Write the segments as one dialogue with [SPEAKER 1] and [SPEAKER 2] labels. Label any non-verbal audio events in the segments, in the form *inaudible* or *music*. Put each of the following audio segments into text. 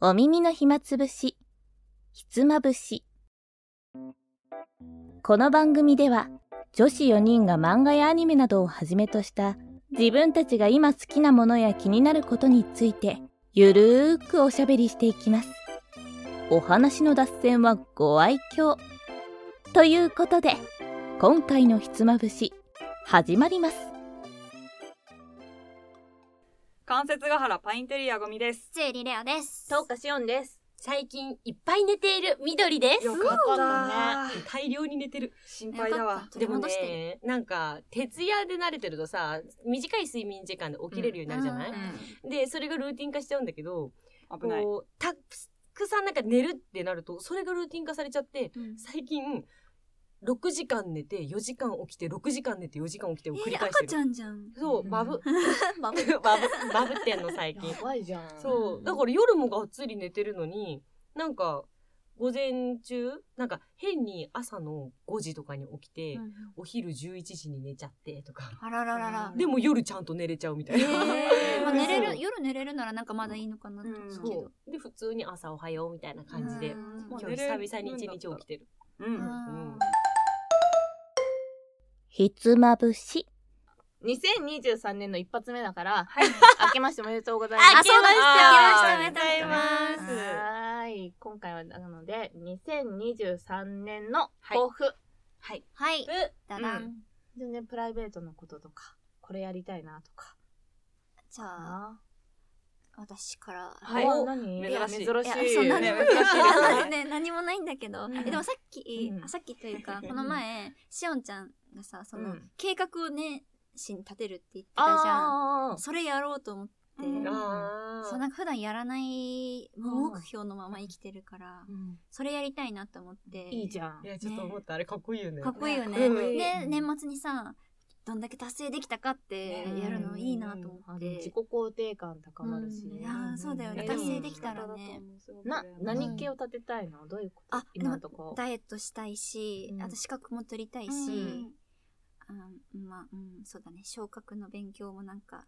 [SPEAKER 1] お耳の暇つぶし、ひつまぶし。この番組では、女子4人が漫画やアニメなどをはじめとした、自分たちが今好きなものや気になることについて、ゆるーくおしゃべりしていきます。お話の脱線はご愛嬌。ということで、今回のひつまぶし、始まります。
[SPEAKER 2] 関節ヶ原パインテリアゴミです。
[SPEAKER 3] つゆりレオです。
[SPEAKER 4] 東花しおんです。最近いっぱい寝ている緑です。
[SPEAKER 2] よかったね。
[SPEAKER 4] 大量に寝てる。
[SPEAKER 2] 心配だわ。
[SPEAKER 3] 取
[SPEAKER 4] で
[SPEAKER 3] り
[SPEAKER 4] も
[SPEAKER 3] 戻してる。
[SPEAKER 4] ね、なんか、徹夜で慣れてるとさ、短い睡眠時間で起きれるようになるじゃない、
[SPEAKER 3] うん
[SPEAKER 4] で、それがルーティン化しちゃうんだけど、
[SPEAKER 2] 危ない。
[SPEAKER 4] こう、たくさんなんか寝るってなると、それがルーティン化されちゃって、
[SPEAKER 3] うん
[SPEAKER 4] 最近、6時間寝て、4時間起きて、6時間寝て、4時間起きてを繰
[SPEAKER 3] え
[SPEAKER 4] り
[SPEAKER 3] ー
[SPEAKER 4] 返し
[SPEAKER 3] 赤
[SPEAKER 4] てる。
[SPEAKER 3] ちゃんじゃん。
[SPEAKER 4] そう、バブ、
[SPEAKER 3] バブ
[SPEAKER 4] バブ、バブってんの最近。
[SPEAKER 5] やばいじゃん。
[SPEAKER 4] そうう。
[SPEAKER 3] ん
[SPEAKER 4] だから夜もがっつり寝てるのに、なんか、午前中、なんか変に朝の5時とかに起きて、お昼11時に寝ちゃってとか。
[SPEAKER 3] あらららら。
[SPEAKER 2] うん
[SPEAKER 4] でも夜ちゃんと寝れちゃうみたいな。
[SPEAKER 3] えーまあ寝れ
[SPEAKER 4] そう
[SPEAKER 3] る夜寝れるならなんかまだいいのかなと
[SPEAKER 2] うん
[SPEAKER 3] 思うけ
[SPEAKER 4] そ
[SPEAKER 3] ど。
[SPEAKER 4] う。で、普通に朝おはようみたいな感じで。
[SPEAKER 3] うん
[SPEAKER 2] もう
[SPEAKER 4] 今
[SPEAKER 2] 寝
[SPEAKER 4] 日
[SPEAKER 2] れる
[SPEAKER 4] 久々に一日起きてる。
[SPEAKER 2] うん。
[SPEAKER 3] うん
[SPEAKER 1] ひつまぶし。
[SPEAKER 5] 2023年の一発目だから、
[SPEAKER 2] はい。
[SPEAKER 5] 明けましておめでとうござい
[SPEAKER 3] あ
[SPEAKER 5] ま
[SPEAKER 3] け
[SPEAKER 5] す。
[SPEAKER 3] ましておめでとうござい
[SPEAKER 2] あ
[SPEAKER 3] ま
[SPEAKER 2] けましておめでとうございます
[SPEAKER 3] す。
[SPEAKER 5] はーい。今回はなので、2023年の抱負。
[SPEAKER 4] はい。
[SPEAKER 3] はい。だな
[SPEAKER 2] うん
[SPEAKER 3] ん。
[SPEAKER 5] 全然プライベートのこととか、これやりたいなとか。
[SPEAKER 3] じゃあ
[SPEAKER 5] あ
[SPEAKER 3] 私から。
[SPEAKER 5] ー
[SPEAKER 2] はい
[SPEAKER 5] お何
[SPEAKER 2] 珍しい
[SPEAKER 5] 珍
[SPEAKER 3] い
[SPEAKER 5] し
[SPEAKER 3] や
[SPEAKER 5] い。
[SPEAKER 3] そうなん
[SPEAKER 2] ね
[SPEAKER 3] で
[SPEAKER 2] 珍しいですね
[SPEAKER 3] ま *laughs* ずね何もないんだけど、
[SPEAKER 5] うん
[SPEAKER 3] えでもさっき、
[SPEAKER 5] うん
[SPEAKER 3] あさっきというかこの前しおんちゃんがさその、
[SPEAKER 5] うん
[SPEAKER 3] 計画をねしに立てるって言ってたじゃん
[SPEAKER 5] あー
[SPEAKER 3] それやろうと思って、
[SPEAKER 2] うん
[SPEAKER 4] あ
[SPEAKER 3] そうなんか普段やらない無目標のまま生きてるから、
[SPEAKER 5] うん
[SPEAKER 3] それやりたいなと思って
[SPEAKER 5] いいじゃん
[SPEAKER 4] ー。い。や、ちょっと思った。あれかっこいいよね。
[SPEAKER 3] かっこいいよね、
[SPEAKER 4] かっこいい
[SPEAKER 3] で年末にさどんだけ達成できたかってやるのいいなと思
[SPEAKER 5] あ
[SPEAKER 3] っ
[SPEAKER 5] の
[SPEAKER 3] て、
[SPEAKER 5] 自己肯定感高まるし
[SPEAKER 3] うん。いやーそうだよね
[SPEAKER 5] うん
[SPEAKER 3] 達成できたらね。
[SPEAKER 5] な、
[SPEAKER 3] う
[SPEAKER 5] 何
[SPEAKER 3] ん
[SPEAKER 5] 系を立てたいのどういうこと
[SPEAKER 3] あ
[SPEAKER 5] 今のとこ。
[SPEAKER 3] ダイエットしたいし、
[SPEAKER 5] うん
[SPEAKER 3] あと資格も取りたいし、あまあ、うん、そうだね昇格の勉強もなんか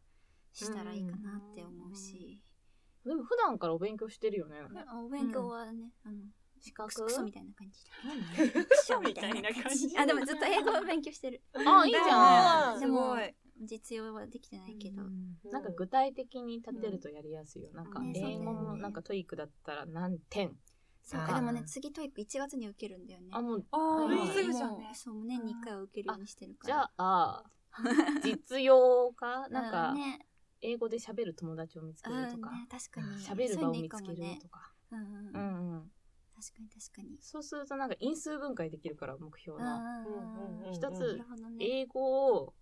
[SPEAKER 3] したらいいかなって思うし、
[SPEAKER 5] でも普段からお勉強してるよね。
[SPEAKER 3] あお勉強はね、あの
[SPEAKER 5] 資
[SPEAKER 3] ク
[SPEAKER 5] 格
[SPEAKER 3] ソクソみたいな感じ
[SPEAKER 4] クソみたいな感じ
[SPEAKER 3] あでもずっと英語を勉強してる
[SPEAKER 5] あいいじゃ
[SPEAKER 3] ん
[SPEAKER 2] すごい。
[SPEAKER 3] 実用はできてないけど、
[SPEAKER 5] なんか具体的に立てるとやりやすいよ。なんか
[SPEAKER 3] ね
[SPEAKER 5] 英語
[SPEAKER 3] そうだよ
[SPEAKER 5] も
[SPEAKER 3] ね
[SPEAKER 5] なんかトイックだったら何点。
[SPEAKER 3] そう
[SPEAKER 4] あ
[SPEAKER 3] か
[SPEAKER 4] ー
[SPEAKER 3] でもね次トイック1月に受けるんだよね
[SPEAKER 5] あもう
[SPEAKER 2] ああ
[SPEAKER 5] ー
[SPEAKER 2] ー、すぐじゃん
[SPEAKER 3] も
[SPEAKER 2] ね
[SPEAKER 3] う。そう年に1回は受けるようにしてるか
[SPEAKER 5] じ
[SPEAKER 3] ら
[SPEAKER 5] ゃ
[SPEAKER 3] *laughs*
[SPEAKER 5] あ実用かなん
[SPEAKER 3] う
[SPEAKER 5] か
[SPEAKER 3] ね
[SPEAKER 5] 英語で喋る友達を見つけ
[SPEAKER 3] う
[SPEAKER 5] る
[SPEAKER 3] ん
[SPEAKER 5] とか
[SPEAKER 3] ね確かに
[SPEAKER 5] 喋る場を見つける
[SPEAKER 3] そういうのいい
[SPEAKER 5] とか。
[SPEAKER 3] かもねうんうん
[SPEAKER 5] う
[SPEAKER 3] 確か
[SPEAKER 5] んうん。
[SPEAKER 3] に確かに
[SPEAKER 5] そうするとなんか因数分解できるから目標の
[SPEAKER 3] うんうんうん
[SPEAKER 5] 一つ
[SPEAKER 3] なるほどね
[SPEAKER 5] 英語を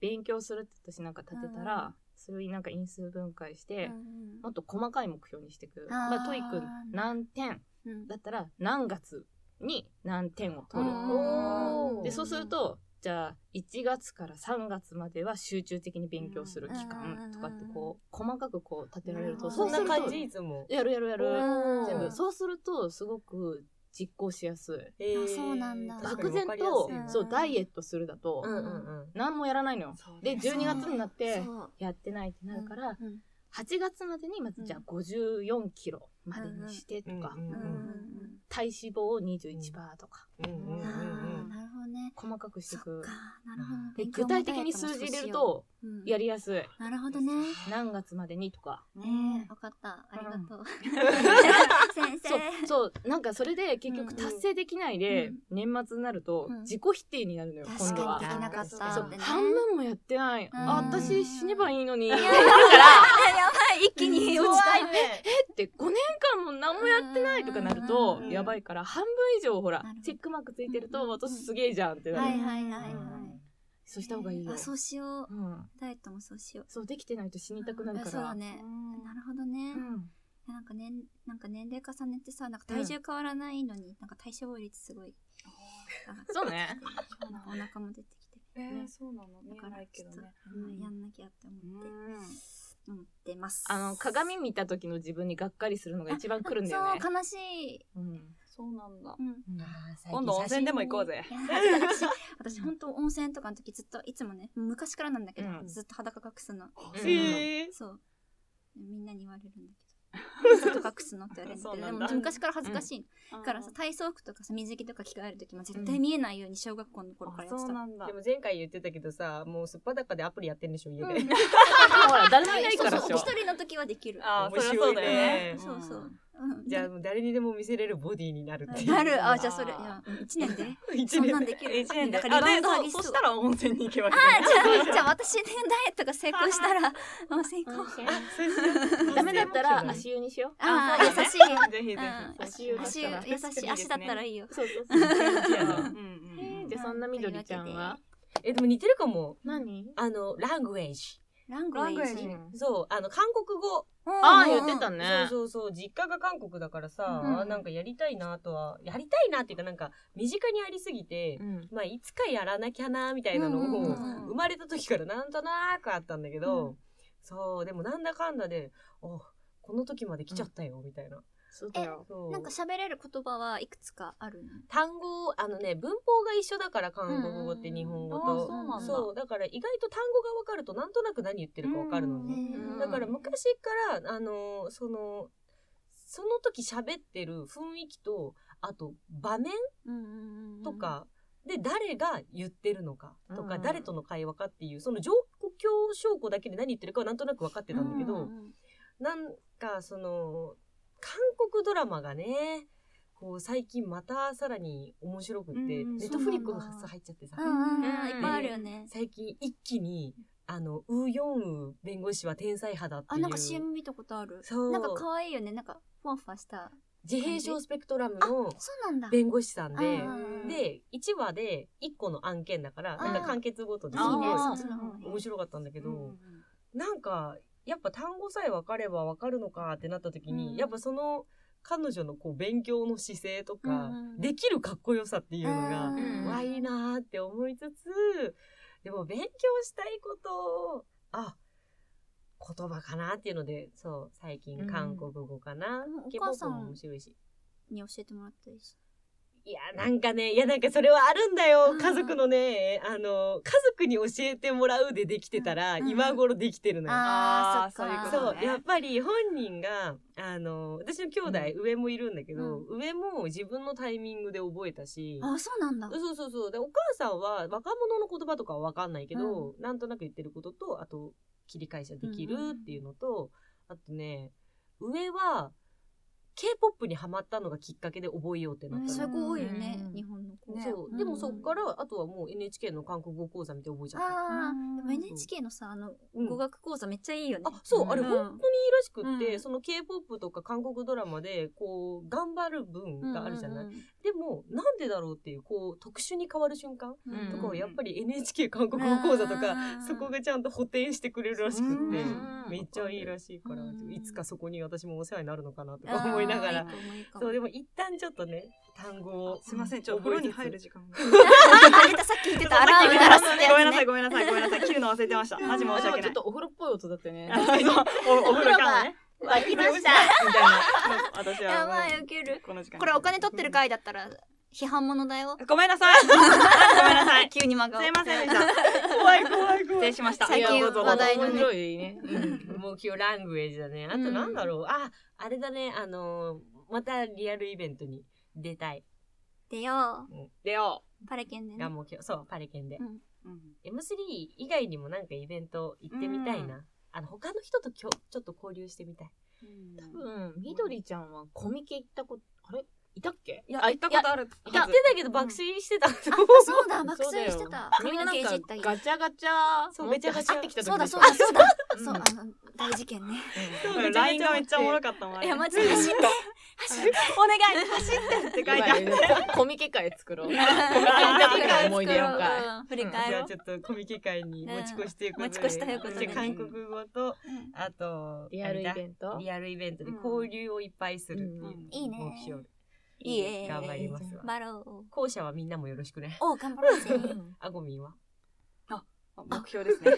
[SPEAKER 5] 勉強するって私なんか立てた
[SPEAKER 3] う
[SPEAKER 5] らそれをなんか因数分解して
[SPEAKER 3] うんうん
[SPEAKER 5] もっと細かい目標にしていく。
[SPEAKER 3] あー
[SPEAKER 5] まあ、トイック何点
[SPEAKER 3] うん
[SPEAKER 5] だったら何月に何点を取る。
[SPEAKER 2] おー
[SPEAKER 5] で、そうすると、じゃあ1月から3月までは集中的に勉強する期間とかってこう細かくこう立てられると
[SPEAKER 3] うん
[SPEAKER 4] そんな感
[SPEAKER 5] す
[SPEAKER 4] じ
[SPEAKER 5] る
[SPEAKER 4] いつも
[SPEAKER 5] と。やるやるやる
[SPEAKER 3] うん
[SPEAKER 5] 全部そうするとすごく実行しやす
[SPEAKER 4] えー
[SPEAKER 3] あそうなんだ
[SPEAKER 4] 確か
[SPEAKER 5] い漠
[SPEAKER 4] に
[SPEAKER 5] 然
[SPEAKER 4] わかりやす
[SPEAKER 5] と
[SPEAKER 4] い
[SPEAKER 3] うん
[SPEAKER 5] そうダイエットするだと
[SPEAKER 4] うんうんうん。
[SPEAKER 5] 何もやらないのよ
[SPEAKER 4] そうだ
[SPEAKER 5] で
[SPEAKER 4] ね
[SPEAKER 5] 12月になって
[SPEAKER 3] そう
[SPEAKER 5] やってないってなるから
[SPEAKER 3] うんうん
[SPEAKER 5] 8月までにまずじゃあ54キロまでにしてとか、
[SPEAKER 4] うんうん
[SPEAKER 3] うん
[SPEAKER 5] 体脂肪を21%とか、
[SPEAKER 4] うんうんうんうん
[SPEAKER 3] なるほどね。
[SPEAKER 5] 細かくして
[SPEAKER 3] そ
[SPEAKER 5] い
[SPEAKER 3] っ
[SPEAKER 5] く
[SPEAKER 3] か、なるほど。
[SPEAKER 5] で
[SPEAKER 3] 勉強
[SPEAKER 5] 具
[SPEAKER 3] も
[SPEAKER 5] 体的に数字入れるとや
[SPEAKER 3] り。
[SPEAKER 5] りやすい、
[SPEAKER 3] なるほどね。
[SPEAKER 5] 何月までにとか
[SPEAKER 3] ねえ、わかった。ありがとう。 *laughs* 先生。
[SPEAKER 5] そうそうなんかそれで結
[SPEAKER 3] うんう
[SPEAKER 5] 局
[SPEAKER 3] ん
[SPEAKER 5] 達成できないで、年末になると
[SPEAKER 3] うん
[SPEAKER 5] 自己否定になるのよ、今
[SPEAKER 3] 確
[SPEAKER 5] 度
[SPEAKER 3] か
[SPEAKER 5] は
[SPEAKER 3] にできなかっ
[SPEAKER 4] そう
[SPEAKER 3] た
[SPEAKER 5] そ
[SPEAKER 3] っ
[SPEAKER 5] う
[SPEAKER 3] てね。
[SPEAKER 5] 半分もやってない、あ
[SPEAKER 3] うん
[SPEAKER 5] 私死ねばいいのに
[SPEAKER 3] いや。や
[SPEAKER 5] っ
[SPEAKER 3] ばい、一気 *laughs* に落ちたい。
[SPEAKER 5] て5年間も何もやってないとかなると
[SPEAKER 2] うん
[SPEAKER 5] やばいから半分以上ほら
[SPEAKER 3] なるほど
[SPEAKER 5] チェックマークついてる
[SPEAKER 3] う
[SPEAKER 5] と
[SPEAKER 3] ん
[SPEAKER 5] 私すげえじゃんってなる、
[SPEAKER 3] はいはいはいはい。
[SPEAKER 5] そうした方がいいよ
[SPEAKER 3] あ、そうしよう
[SPEAKER 5] う。ん、
[SPEAKER 3] ダイエットもそうしよう。
[SPEAKER 5] そうできてないと死にたくな
[SPEAKER 3] あ
[SPEAKER 5] るから
[SPEAKER 3] そうだね。なるほどね
[SPEAKER 5] う。ん
[SPEAKER 3] なんかね、なんか年齢重ねてさ、なんか体重変わらないのに、なんか体脂肪率すごい。
[SPEAKER 5] *laughs* そうね。
[SPEAKER 3] なんかお腹も出てきて。
[SPEAKER 2] えー、そうなの。
[SPEAKER 3] だ
[SPEAKER 2] 見え
[SPEAKER 3] から
[SPEAKER 2] ないけ
[SPEAKER 3] ちょ
[SPEAKER 2] ど
[SPEAKER 3] っと
[SPEAKER 2] ね。
[SPEAKER 3] うんやんなきゃって思って、思ってます。
[SPEAKER 5] あの鏡見た時の自分にがっかりするのが一番来るんだよね。
[SPEAKER 3] そう悲しい。
[SPEAKER 5] うん
[SPEAKER 2] そうなんだ
[SPEAKER 3] う。ん。
[SPEAKER 2] 今度温泉でも行こう
[SPEAKER 4] ぜ。
[SPEAKER 2] ぜ。
[SPEAKER 3] 私私本当温泉とかの時ずっといつもね昔からなんだけど、
[SPEAKER 5] うん
[SPEAKER 3] ずっと裸隠すの、
[SPEAKER 5] うん
[SPEAKER 2] *laughs* えー
[SPEAKER 3] そうみんなに言われるんだけ嘘とかくすのって言われて
[SPEAKER 2] そう
[SPEAKER 3] て
[SPEAKER 2] な
[SPEAKER 3] で
[SPEAKER 2] ん
[SPEAKER 3] も
[SPEAKER 2] だ
[SPEAKER 3] 昔から恥ずかしい、
[SPEAKER 2] だ
[SPEAKER 3] からさ体操服とかさ水着とか着替える時も絶対見えないように小学校の頃からやって
[SPEAKER 2] そう
[SPEAKER 3] た、
[SPEAKER 2] なんだ
[SPEAKER 4] でも前回言ってたけどさ、もうすっぱだかでアプリやってんでしょ、家で。
[SPEAKER 3] うん
[SPEAKER 5] ほら誰もいない
[SPEAKER 3] そ
[SPEAKER 5] か
[SPEAKER 3] う
[SPEAKER 5] ら
[SPEAKER 3] そう
[SPEAKER 5] でし
[SPEAKER 3] 一
[SPEAKER 5] ょ
[SPEAKER 3] 人の時はできる
[SPEAKER 2] ああそ
[SPEAKER 4] 面
[SPEAKER 2] りゃ
[SPEAKER 4] 白いね
[SPEAKER 2] そうだよね
[SPEAKER 3] そうそうんうん
[SPEAKER 4] *laughs* じゃあもう誰にでも見せれるボディになるっていう。
[SPEAKER 3] なるあじゃあそれい
[SPEAKER 2] あー
[SPEAKER 3] や1年で
[SPEAKER 4] *laughs* 一
[SPEAKER 3] そんなん
[SPEAKER 4] 年
[SPEAKER 3] できる
[SPEAKER 2] 一年で
[SPEAKER 3] だからリバウンド
[SPEAKER 2] あ
[SPEAKER 3] 激
[SPEAKER 2] で
[SPEAKER 3] しそ
[SPEAKER 2] そうそしたら温泉に行けばいい
[SPEAKER 3] あじゃあじゃあ私のダイエットが成功した
[SPEAKER 2] *laughs*
[SPEAKER 3] らもう成功
[SPEAKER 5] ダメだったら
[SPEAKER 4] ぜ
[SPEAKER 5] 足湯にしよう
[SPEAKER 3] ああ
[SPEAKER 2] そうだね
[SPEAKER 3] 優しい
[SPEAKER 2] *laughs*
[SPEAKER 4] ひぜ
[SPEAKER 3] うん
[SPEAKER 4] ひ。
[SPEAKER 5] 足湯だった
[SPEAKER 3] 足
[SPEAKER 5] ら
[SPEAKER 3] 優しい足だったらいいよ
[SPEAKER 5] そうそうそう
[SPEAKER 2] うん
[SPEAKER 5] じ
[SPEAKER 2] うんうん
[SPEAKER 5] ゃあそんなみどりちゃんは
[SPEAKER 4] え、でも似てるかも。
[SPEAKER 5] 何
[SPEAKER 4] あの、ラングエージ。
[SPEAKER 3] ラング
[SPEAKER 2] ラングエ
[SPEAKER 3] エ
[SPEAKER 2] ー
[SPEAKER 3] ー
[SPEAKER 2] ジ
[SPEAKER 3] ジ
[SPEAKER 4] そう、あの、韓国語。
[SPEAKER 5] ああ言ってた
[SPEAKER 4] そう
[SPEAKER 5] ね
[SPEAKER 4] そうそう、実家が韓国だからさ、
[SPEAKER 3] うん
[SPEAKER 4] なんかやりたいなとは、やりたいなっていうかなんか、身近にありすぎて、
[SPEAKER 5] うん
[SPEAKER 4] まあ、いつかやらなきゃな、みたいなのを、
[SPEAKER 3] うんうんうん
[SPEAKER 4] 生まれた時からなんとなくあったんだけど、
[SPEAKER 3] う
[SPEAKER 4] そうでもなんだかんだで「おこの時まで来ちゃったよ」みたいな。
[SPEAKER 5] そうだよ
[SPEAKER 4] そう
[SPEAKER 3] なんか喋れる言葉はいくつかあるの
[SPEAKER 4] 単語あのね文法が一緒だから韓国語って日本語
[SPEAKER 2] ああ
[SPEAKER 4] と、
[SPEAKER 2] そうなんだ
[SPEAKER 4] そうだから意外と単語が分かるとなんとなく何言ってるか分かるのね、
[SPEAKER 5] うん
[SPEAKER 4] だから昔からあのそのその時喋ってる雰囲気とあと場面とか、で誰が言ってるのかとか、
[SPEAKER 5] うん
[SPEAKER 4] 誰との会話かっていうその状況証拠だけで何言ってるかはなんとなく分かってたんだけど、なんかその韓国ドラマがねこう最近またさらに面白くって、
[SPEAKER 2] うん
[SPEAKER 4] ネットフリックスの発入っちゃってさ、
[SPEAKER 3] うんうんうん
[SPEAKER 5] うん
[SPEAKER 3] いっぱいあるよね
[SPEAKER 4] 最近一気にあのウ・ヨンウ弁護士は天才派だって
[SPEAKER 3] あ
[SPEAKER 4] いう
[SPEAKER 3] なんか CM 見たことある
[SPEAKER 4] そう
[SPEAKER 3] なんか可愛いよねなんかふわふわした
[SPEAKER 4] 自閉症スペクトラムの
[SPEAKER 3] そうなんだ
[SPEAKER 4] 弁護士さん
[SPEAKER 3] う
[SPEAKER 4] で
[SPEAKER 3] んうんうん
[SPEAKER 4] で1話で1個の案件だから
[SPEAKER 3] あ
[SPEAKER 4] なんか完結ごとで
[SPEAKER 3] い
[SPEAKER 4] す
[SPEAKER 3] い
[SPEAKER 4] ごい
[SPEAKER 3] ね
[SPEAKER 5] あ
[SPEAKER 3] そ
[SPEAKER 5] ー
[SPEAKER 3] っちの方がいい
[SPEAKER 4] 面白かったんだけど、なんかやっぱ単語さえ分かれば分かるのかってなった時
[SPEAKER 3] う
[SPEAKER 4] に、
[SPEAKER 3] ん
[SPEAKER 4] やっぱその彼女のこう勉強の姿勢とか、
[SPEAKER 3] うんうん
[SPEAKER 4] できるかっこよさっていうのが、
[SPEAKER 3] うん
[SPEAKER 5] うん
[SPEAKER 4] わあいいなーって思いつつでも勉強したいことをあ言葉かなっていうのでそう最
[SPEAKER 5] う
[SPEAKER 4] 近
[SPEAKER 5] ん
[SPEAKER 4] 韓国語かな、
[SPEAKER 3] うんお
[SPEAKER 4] 結
[SPEAKER 3] 母
[SPEAKER 4] 構
[SPEAKER 3] さん
[SPEAKER 4] 面白いし
[SPEAKER 3] に教えてもらったりし
[SPEAKER 4] いやなんかねいやなんかそれはあるんだよ
[SPEAKER 3] うん
[SPEAKER 4] 家族のねあの家族に教えてもらうでできてたら、
[SPEAKER 3] うん
[SPEAKER 4] 今頃できてるのよ。
[SPEAKER 2] あー
[SPEAKER 3] あーそっか
[SPEAKER 2] そういうこと
[SPEAKER 4] そう、
[SPEAKER 2] ね
[SPEAKER 4] やっぱり本人が、あの、私の兄弟、上もいるんだけど、上も自分のタイミングで覚えたし、
[SPEAKER 3] あそうなんだ
[SPEAKER 4] そうそうそう。で、お母さんは若者の言葉とかはわかんないけど、なんとなく言ってることと、あと、切り返しはできるっていうのと、あとね、上は、K-POP にハマったのがきっかけで覚えようってなった
[SPEAKER 3] そうい
[SPEAKER 4] の。
[SPEAKER 3] う子多いよね
[SPEAKER 5] うん
[SPEAKER 3] 日本の子
[SPEAKER 2] ね
[SPEAKER 4] そうう。
[SPEAKER 2] ん
[SPEAKER 4] でもそっから、あとはもう NHK の韓国語講座見て覚えちゃった。
[SPEAKER 3] あ
[SPEAKER 2] うん
[SPEAKER 3] あでも NHK のさあの
[SPEAKER 4] うん
[SPEAKER 3] 語学講座めっちゃいいよね
[SPEAKER 4] あ、そう、あれ
[SPEAKER 2] うん
[SPEAKER 4] 本当にいいらしくって、
[SPEAKER 2] うん
[SPEAKER 4] その K-POP とか韓国ドラマで、こう、頑張る分があるじゃない、
[SPEAKER 3] うんうん
[SPEAKER 4] でも、なんでだろうっていう、こう、特殊に変わる瞬間
[SPEAKER 3] うん
[SPEAKER 4] とか
[SPEAKER 5] う
[SPEAKER 4] を、
[SPEAKER 5] ん
[SPEAKER 4] やっぱり NHK 韓国語講座とか、
[SPEAKER 3] あー
[SPEAKER 4] そこがちゃんと補填してくれるらしくって
[SPEAKER 2] うん、
[SPEAKER 4] めっちゃいいらしいから
[SPEAKER 3] うん、
[SPEAKER 4] いつかそこに私もお世話になるのかなと
[SPEAKER 3] あ
[SPEAKER 4] か
[SPEAKER 3] ー
[SPEAKER 4] 思いながら
[SPEAKER 3] いい。かもいいかも
[SPEAKER 4] そう、でも一旦ちょっとね、単語を。
[SPEAKER 2] すいませんちょっと風呂に入る時間 *laughs* が
[SPEAKER 3] あ出たさっき言ってたアラーム鳴らすってや
[SPEAKER 2] ご
[SPEAKER 3] つね
[SPEAKER 2] めんなさいごめんなさいごめんなさい切るの忘れてましたマジ申し訳
[SPEAKER 5] でもち
[SPEAKER 2] な
[SPEAKER 5] ょ
[SPEAKER 2] い
[SPEAKER 5] っとお風呂っぽい音だったね
[SPEAKER 2] あそうおお風呂からね
[SPEAKER 3] 沸きました
[SPEAKER 2] みたいな私は
[SPEAKER 3] や
[SPEAKER 2] もう
[SPEAKER 3] ばいウケる
[SPEAKER 2] この時間
[SPEAKER 3] これお金取ってる回だったら批判者だよ
[SPEAKER 2] ごめんなさいごめんなさい
[SPEAKER 3] 急に真顔
[SPEAKER 2] すいませんでした怖い怖い怖い失礼しました
[SPEAKER 3] 最近
[SPEAKER 2] いやどうぞ
[SPEAKER 3] 話題のね
[SPEAKER 5] 面白いね
[SPEAKER 4] もう今日ラングエージだね。あと
[SPEAKER 3] うん
[SPEAKER 4] なんだろう。あ、あれだね。あのー、またリアルイベントに出たい。
[SPEAKER 3] でよ
[SPEAKER 4] うん出よ
[SPEAKER 3] パレケンで
[SPEAKER 4] う。
[SPEAKER 3] ね
[SPEAKER 4] がもう今日、そう、パレケンで
[SPEAKER 3] うん。
[SPEAKER 2] うん
[SPEAKER 4] M3 以外にもなんかイベント行ってみたいな。あの、他の人と今日、ちょっと交流してみたい。
[SPEAKER 5] 多分みどりちゃんはコミケ行ったことあれいたっけ
[SPEAKER 2] いや行ったことある
[SPEAKER 4] 行ってたけど爆睡してた。
[SPEAKER 3] あそうだ爆睡してた
[SPEAKER 5] み
[SPEAKER 3] 髪
[SPEAKER 5] んな
[SPEAKER 3] の
[SPEAKER 5] な
[SPEAKER 3] 毛
[SPEAKER 5] ん
[SPEAKER 3] いじ
[SPEAKER 5] か
[SPEAKER 3] ったり
[SPEAKER 5] ガチャガチャ
[SPEAKER 4] そう
[SPEAKER 5] 持って
[SPEAKER 4] ガチャガチャ
[SPEAKER 5] 走ってきた時
[SPEAKER 3] そうだ
[SPEAKER 5] でし
[SPEAKER 3] そ
[SPEAKER 5] ょ
[SPEAKER 3] うだそうだ
[SPEAKER 5] うん
[SPEAKER 3] そうあの大事件ね
[SPEAKER 4] うん
[SPEAKER 2] LINE がめっちゃおもろかったもんあれ
[SPEAKER 3] いやマジで走って走って
[SPEAKER 2] お願い走ってって書いてある
[SPEAKER 5] やばいねコミケ会
[SPEAKER 3] *laughs*
[SPEAKER 5] 作ろうコミケ
[SPEAKER 2] 振り
[SPEAKER 5] 会
[SPEAKER 2] 返
[SPEAKER 5] の
[SPEAKER 2] ろう
[SPEAKER 5] 思い出の会
[SPEAKER 3] 振り返
[SPEAKER 4] じゃ
[SPEAKER 3] ろ
[SPEAKER 4] あ
[SPEAKER 3] う
[SPEAKER 4] ちょっとコミケ会に持ち越していく
[SPEAKER 3] うん持ち越したよこれね
[SPEAKER 4] 韓国語と、あと、
[SPEAKER 5] リアルイベ
[SPEAKER 4] ン
[SPEAKER 5] ント
[SPEAKER 4] リアルイベントで交流をいっぱいするって
[SPEAKER 5] う
[SPEAKER 3] い
[SPEAKER 5] ん
[SPEAKER 4] い
[SPEAKER 3] いうね
[SPEAKER 4] 目標。
[SPEAKER 3] いいね
[SPEAKER 4] 頑張りますわ。
[SPEAKER 3] バロー
[SPEAKER 4] 校舎はみんなもよろしくね。
[SPEAKER 3] おう頑張ろうぜ
[SPEAKER 5] う
[SPEAKER 4] *laughs*
[SPEAKER 5] ん
[SPEAKER 4] あごみんは
[SPEAKER 2] 目標 *laughs* ですね